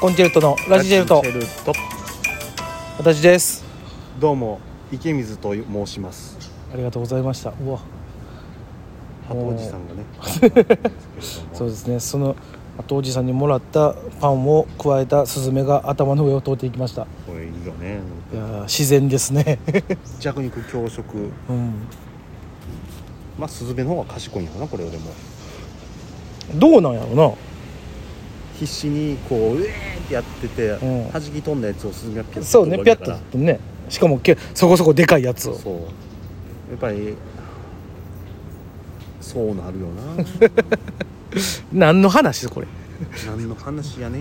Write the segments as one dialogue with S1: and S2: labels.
S1: コンチェルトのラジジェルト
S2: ラジジェルト
S1: 私です
S2: どうも池水と申します
S1: ありがとうございましたうわ
S2: 鳩おじさんがね
S1: そうですねそのあとおじさんにもらったパンをくわえたスズメが頭の上を通っていきました
S2: これいいよね
S1: いやー自然です ね
S2: 弱肉強食
S1: うん
S2: まあスズメの方が賢いんやろなこれよりも
S1: どうなんやろ
S2: 必死にこううえーってやってて、
S1: うん
S2: 弾き飛んだやつをスズメがピャッ
S1: な
S2: と
S1: そうねピ
S2: 取り
S1: ャッ
S2: なが
S1: と
S2: ら
S1: 取ってねしかもけそこそこでかいやつを
S2: そうやっぱりそうなるよな
S1: 何の話これ
S2: 何の話やね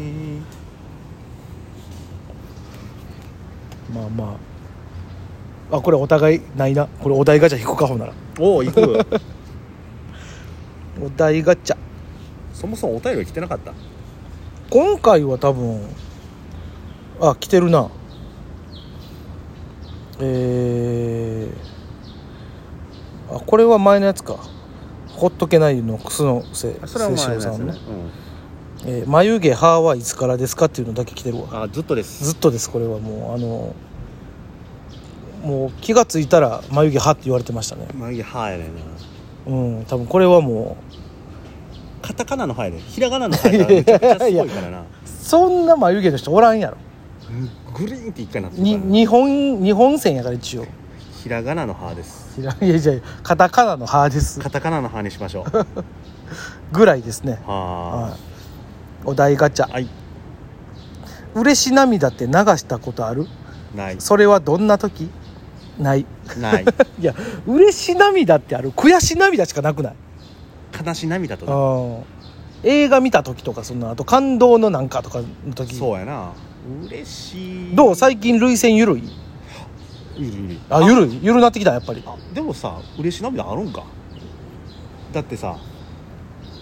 S1: まあまああこれお互いないなこれお題ガチャ引くかほんなら
S2: おお行く
S1: お題ガチャ
S2: そもそもお便り来てなかった
S1: 今回は多分あ来てるなえー、あこれは前のやつかほっとけないのクスのせ
S2: それはお前のやつ
S1: さん
S2: ね
S1: の、えー眉毛歯はいつからですかっていうのだけ来てる
S2: うん
S1: わ
S2: あずっとです
S1: ずっとですこれはもうあのもう気がついたら眉毛歯って言われてましたね
S2: 眉毛歯やねんな
S1: うん多分これはも
S2: カタカナの歯やねんひらがなの歯やからめちゃくちゃすご いからな
S1: うそんな眉毛の人おらんやろ
S2: グリーンって一回なってるから
S1: に
S2: な
S1: 日本日本線やから一応
S2: ひらがなの歯です
S1: いやいやいやカタカナの「ハ」です
S2: カタカナの歯にしまし ょう
S1: ぐらいですね、は、
S2: はい
S1: お題ガチャ
S2: はい
S1: 「嬉し涙って流したことある
S2: ない
S1: それはどんな時?」ない
S2: ない
S1: いや嬉し涙ってある悔し涙しかなくない
S2: 悲し涙と
S1: う
S2: なん
S1: 映画見た時とかそんなあと感動のなんかとかの時
S2: そうやな嬉しい
S1: どう最近涙腺ゆるい
S2: ゆるゆる
S1: あゆるいゆるなってきたやっぱり
S2: あでもさ嬉し涙あるんかだってさ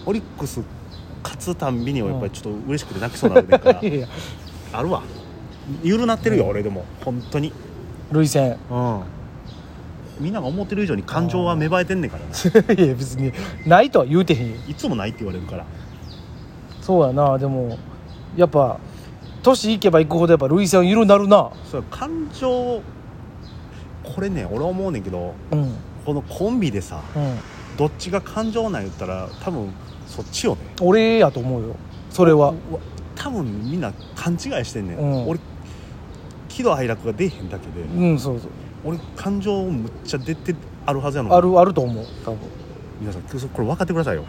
S2: オリックス勝つたんびにはやっぱりちょっと嬉しくて泣きそうになるねんか ら
S1: いやいや
S2: あるわゆるなってるよ、俺でも本当に
S1: 涙腺
S2: うんみんなが思ってる以上に感情は芽生えてんねんからない
S1: や別にないとは言うてへんよ
S2: いつもないって言われるから
S1: そうやなでもやっぱ年いけばいくほどやっぱ涙腺ゆるなるな
S2: それ感情これね俺は思うねんけど
S1: うん
S2: このコンビでさ
S1: うん
S2: どっちが感情なん言ったら多分そっちよね
S1: 俺やと思うよそれは
S2: うわ多分みんな勘違いしてんねん、
S1: うん
S2: 俺喜怒哀楽が出えへんだけで
S1: うんそうそう
S2: 俺感情むっちゃ出てあるはずやのに
S1: あるあると思う多分
S2: 皆さんそこれ分かってくださ いよ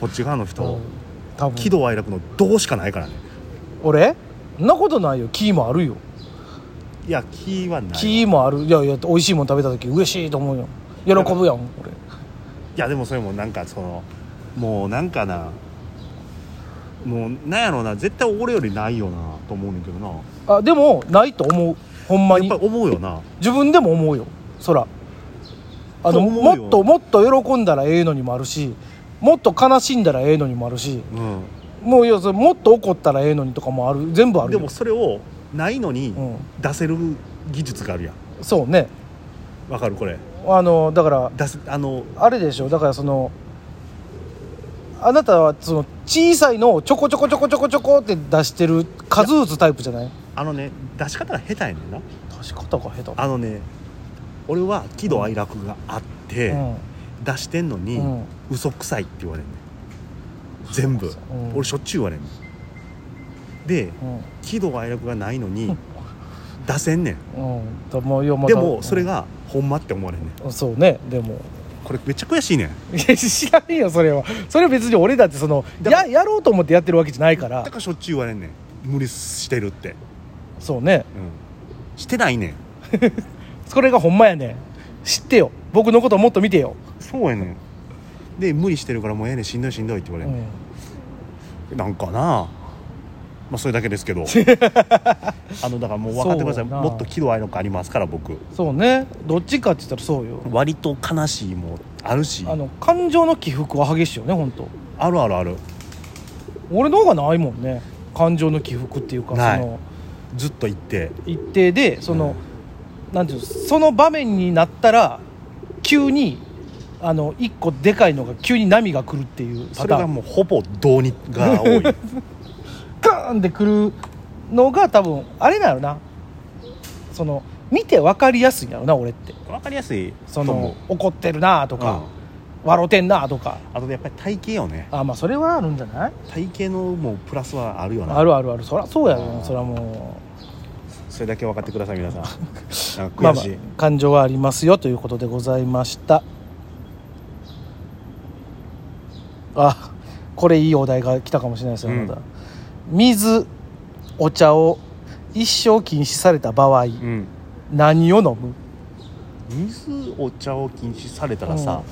S2: こっち側の人、
S1: うん多分
S2: 喜怒哀楽の「どう」しかないからね
S1: 俺そんなことないよキーもあるよ
S2: いや気はない
S1: キー
S2: い
S1: もあるいやいや美味しいもん食べた時嬉しいと思うよ喜ぶやん俺
S2: やでもそれもなんかそのもうなんかなもうなんやろうな絶対俺よりないよなと思うねんけどな
S1: あでもないと思うほんま
S2: や
S1: に
S2: っぱり思うよな
S1: 自分でも思うよそらあ
S2: と
S1: の
S2: 思うよ
S1: もっともっと喜んだらええのにもあるしもっと悲しんだらええのにもあるし
S2: うん
S1: もういやそれもっと怒ったらええのにとかもある全部ある
S2: で
S1: よ
S2: もそれをないのに
S1: うん
S2: 出せる技術があるやん
S1: そうね
S2: わかるこれ
S1: あのだから
S2: 出すあの
S1: あれでしょだからそのあなたはその小さいのをちょこちょこちょこちょこちょこって出してる数打つタイプじゃない
S2: あのね出し方が下手やねんな
S1: 出し方が下手
S2: あのね俺は喜怒哀楽があって、
S1: うん
S2: 出してんのに、
S1: うん
S2: 嘘くさいって言われんねん全部、
S1: うん
S2: 俺しょっちゅう言われんねんで
S1: う
S2: 喜怒哀楽がないのに出せんねん
S1: んうんだもういやま
S2: で
S1: だ
S2: もそれがほんまって思われんねん
S1: うんそうねでも
S2: これめっちゃ悔しいねん
S1: いや知らんよそれはそれは別に俺だってその
S2: だから
S1: ややろうと思ってやってるわけじゃないか
S2: だ
S1: ら
S2: からしょっちゅう言われんねん無理してるって、
S1: そうね
S2: うん、してないねん
S1: それがほんまやねん知ってよ僕のこともっと見てよ、
S2: そうやねんで無理してるからもうええねんしんどいしんどいって言わ
S1: う
S2: れんねん
S1: ん、
S2: なんかなまあそれだけです けどあのだからもう分かってください
S1: そうやな
S2: もっと喜怒哀楽ありますから僕
S1: そうねどっちかって言ったらそうよ
S2: 割と悲しいもあるし
S1: あの感情の起伏は激しいよね本当
S2: あるあるある
S1: 俺の方がないもんね感情の起伏っていうか
S2: ない
S1: その
S2: ずっと言って
S1: 一定でその、なんていうのその場面になったら急にあの一個でかいのが急に波が来るっていう
S2: そ
S1: パ
S2: れ
S1: タ
S2: が
S1: ーン
S2: もうほぼどうにが多い
S1: ガーンってくるのが多分あれなのなその見て分かりやすいんだろうな俺って
S2: 分かりやすい
S1: そ
S2: と思
S1: の
S2: う
S1: 怒ってるなと
S2: うん
S1: か、笑うてんなとか
S2: あとやっぱり体型よね
S1: あまあそれはあるんじゃない
S2: 体型のもうプラスはあるよな
S1: あるあるあるそりゃそうやろ
S2: あー
S1: そりゃも
S2: それだけ分かってください 皆さんなんか
S1: うまあ
S2: 悔
S1: まあ
S2: しい、
S1: 感情はありますよということでございましたあこれいいお題が来たかもしれないですよ
S2: うん
S1: まだ、水お茶を一生禁止された場合
S2: うん
S1: 何を飲む
S2: 水お茶を禁止されたらさ、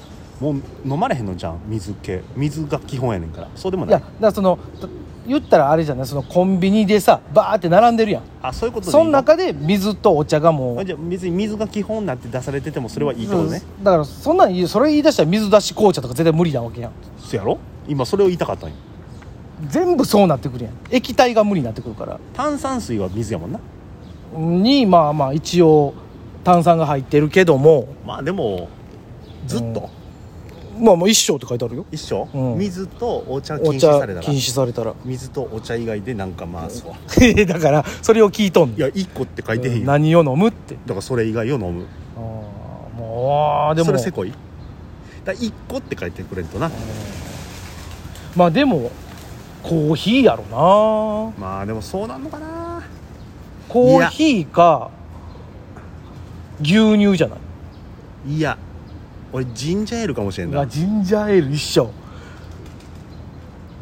S2: もう飲まれへんのじゃん水系水が基本やねんからそうでも
S1: い
S2: な
S1: や
S2: い
S1: だからそのた言ったらあれじゃないそのコンビニでさバーって並んでるやん
S2: あそういうことでいい
S1: その中で水とお茶がもう
S2: あじゃあ別に水が基本なんて出されててもそれはいいってことね
S1: そうだからそんなん言うそれ言い出したら水出し紅茶とか絶対無理なわけやん
S2: そやろ今それを言いたかったんよ
S1: 全部そうなってくるやん液体が無理になってくるから
S2: 炭酸水は水やもんな
S1: にまあまあ一応炭酸が入ってるけども
S2: まあでもずっと、
S1: まあまあ一生って書いてあるよ
S2: 一緒、
S1: うん
S2: 水とお茶禁
S1: お
S2: 止
S1: 茶
S2: されたら
S1: 禁止されたら
S2: 水とお茶以外でなんかまあそう、い
S1: だからそれを聞いとんねん
S2: や1個って書いてへんよ、だ
S1: 何を飲むって
S2: からそれ以外を飲む
S1: あーもうで
S2: そ
S1: も
S2: れせこいだ1個って書いてくれるとな
S1: まあでもコーヒーやろな
S2: まあでもそうなんのかな
S1: コーヒーか牛乳じゃない
S2: いや俺ジンジャーエールかもしれん
S1: うわ
S2: な
S1: ジンジャーエール一生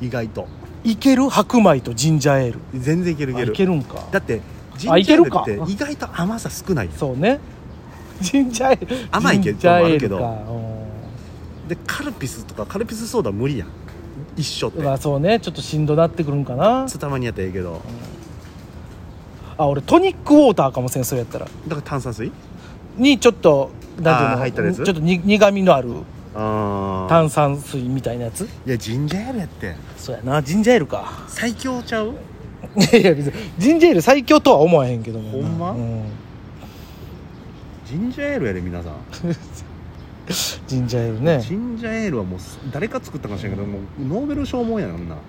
S2: 意外と
S1: いける白米とジンジャーエール
S2: 全然いけるい
S1: あ
S2: け
S1: い
S2: る
S1: けるんか
S2: だってジン
S1: あい
S2: ジ
S1: け
S2: ャーエ
S1: るか
S2: ールって意外と甘さ少ないよ
S1: そうねジンジャーエール
S2: 甘い
S1: ジ
S2: けど
S1: ンジャーエール
S2: あ
S1: か
S2: でカルピスとかカルピスソーダ無理やん一緒って
S1: うんまあそうねちょっとしんどなってくるんかな
S2: つたまにやったらええけど
S1: あ俺トニックウォーターかもせんそれやったら
S2: だから炭酸水
S1: にちょっと
S2: あー
S1: な
S2: 入
S1: ん
S2: っ
S1: い
S2: ててる
S1: う
S2: や
S1: の
S2: つ
S1: ちょっとに苦みのある
S2: ああ
S1: 炭酸水みたいなやつ
S2: いやジンジャーエールやって
S1: そうやなジンジャーエールか
S2: 最強ちゃう
S1: いやいや別にジンジャーエール最強とは思わへんけども
S2: ほんま
S1: うん、
S2: ジンジャーエールやで皆さん
S1: ジンジャーエールね
S2: ジンジャーエールはもう誰か作ったかもしれんけどもうノーベル賞もんやなあんなだ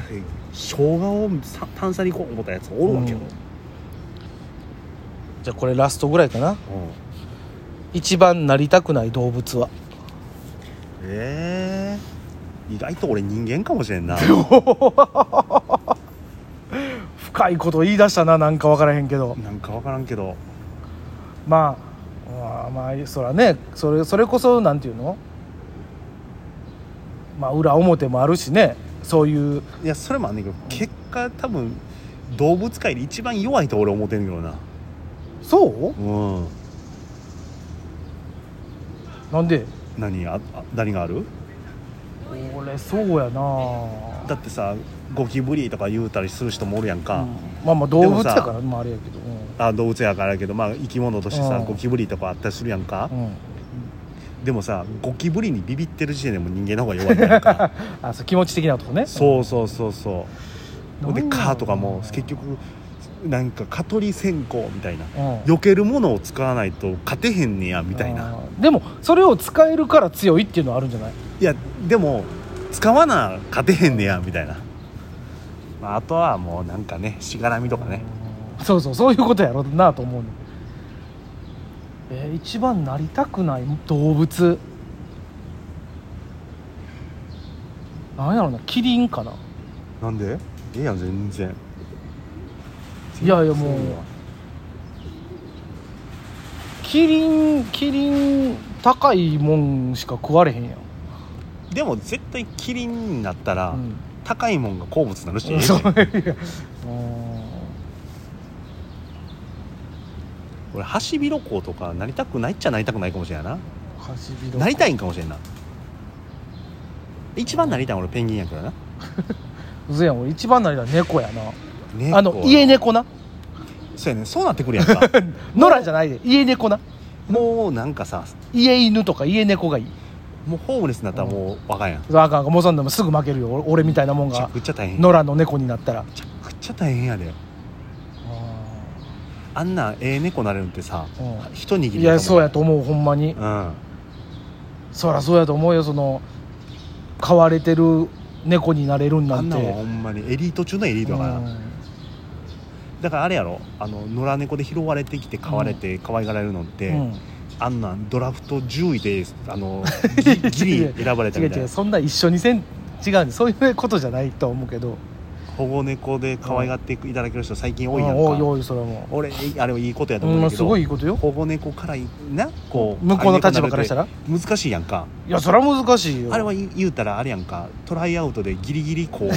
S2: って生姜をさ炭酸にこう思ったやつおるわけよ、
S1: うんじゃあこれラストぐらいかな
S2: うん
S1: 一番なりたくない動物は
S2: ええ意外と俺人間かもしれんな
S1: 深いこと言い出したななんか分からへんけど
S2: なんか分からんけど
S1: まあまあまあそらねそれそれこそなんていうのまあ裏表もあるしねそういう
S2: いやそれもあんねんけど結果多分動物界で一番弱いと俺思ってんけどな
S1: そう
S2: うん
S1: なんで
S2: 何ああ何がある
S1: 俺そうやな
S2: だってさゴキブリとか言うたりする人もおるやんか、
S1: うんまあまあ動物だか
S2: でも
S1: らまああれやけどう
S2: あ動物やからやけど、まあ、生き物としてさ、
S1: うん
S2: ゴキブリとかあったりするやんか、
S1: ん、うん
S2: でもさゴキブリにビビってる時点でもう人間の方が弱い やんか
S1: あそう気持ち的なとこね
S2: そうそうそうそうで
S1: なんやろ
S2: 蚊とかも結局なんか蚊取り線香みたいな
S1: うん
S2: 避けるものを使わないと勝てへんねやみたいな
S1: あーでもそれを使えるから強いっていうのはあるんじゃない
S2: いやでも使わな勝てへんねやみたいな、まあ、あとはもうなんかねしがらみとかね
S1: そうそうそういうことやろうなと思うのえー一番なりたくない動物なんやろうなキリンかな
S2: なんでええやん全然
S1: いやいやもうキリンキリン高いもんしか食われへんやん、
S2: でも絶対キリンになったら、
S1: うん
S2: 高いもんが好物になるし、ええねん
S1: そういやうん
S2: 俺ハシビロコウとかなりたくないっちゃなりたくないかもしれんない
S1: ハシビロ
S2: な
S1: コ
S2: なりたいんかもしれんな一番なりたいん俺ペンギンやからな、
S1: うやん俺一番なりたい猫やな
S2: ね
S1: あの家猫な
S2: そうやねんそうなってくるや んか
S1: 野良じゃないで家猫な
S2: もうなんかさ
S1: 家犬とか家猫がいい
S2: もうホームレスになったらもう若いやんめ
S1: あかんあかんもうそんなもんすぐ負けるよ俺俺みたいなもん
S2: ちゃ
S1: が
S2: くちゃ大変め
S1: 野良の猫になったら
S2: ちゃくちゃ大変やであんなええ猫なれるんってさ
S1: う
S2: 一握り
S1: んいやそうやと
S2: 思
S1: 思うほんまに
S2: うん
S1: そらそうやと思うよその飼われてる猫になれるんな
S2: あ
S1: ん
S2: ん
S1: て
S2: なんはほんまにエリート中のエリートだから、
S1: う
S2: だからあれやろあの野良猫で拾われてきて飼われて可愛がられるのって、
S1: んうん
S2: あんなんドラフト10位で あのギリギリ選ばれた
S1: 違う
S2: み
S1: 違
S2: たいな
S1: うそんな一緒にせん違うんそういうことじゃないとは思うけど
S2: 保護猫で可愛がっていただける人最近多いやん
S1: うんおい
S2: か
S1: おいそれはも
S2: 俺えあれはいいことや
S1: う
S2: と
S1: う
S2: 思うん
S1: ん
S2: だけ
S1: す
S2: ど、
S1: ごいいいことよ
S2: 保護猫からいなこう
S1: 向こうの立場からした
S2: ら
S1: ら
S2: 難しいやんか
S1: いやそれは難しいよ
S2: あれは言言うたらあれやんかトライアウトでギリギリこう
S1: い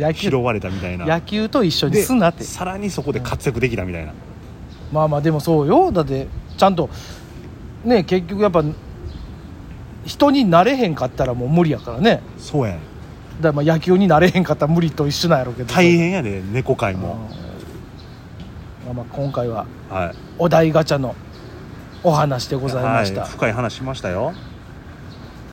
S1: や野
S2: 拾
S1: 球
S2: われたみたいな
S1: 野球と一緒にすなって
S2: さらにそこで活躍できたみたいな、
S1: まあまあでもそうよだってちゃんとね結局やっぱ人になれへんかったらもう無理やからね
S2: そうやん
S1: だからまあ野球になれへんかったら無理と一緒なんやろうけど
S2: 大変やで猫界
S1: うん
S2: も、
S1: まあまあ今回は
S2: はい
S1: お題ガチャのお話でございました、
S2: はい深い話しましたよ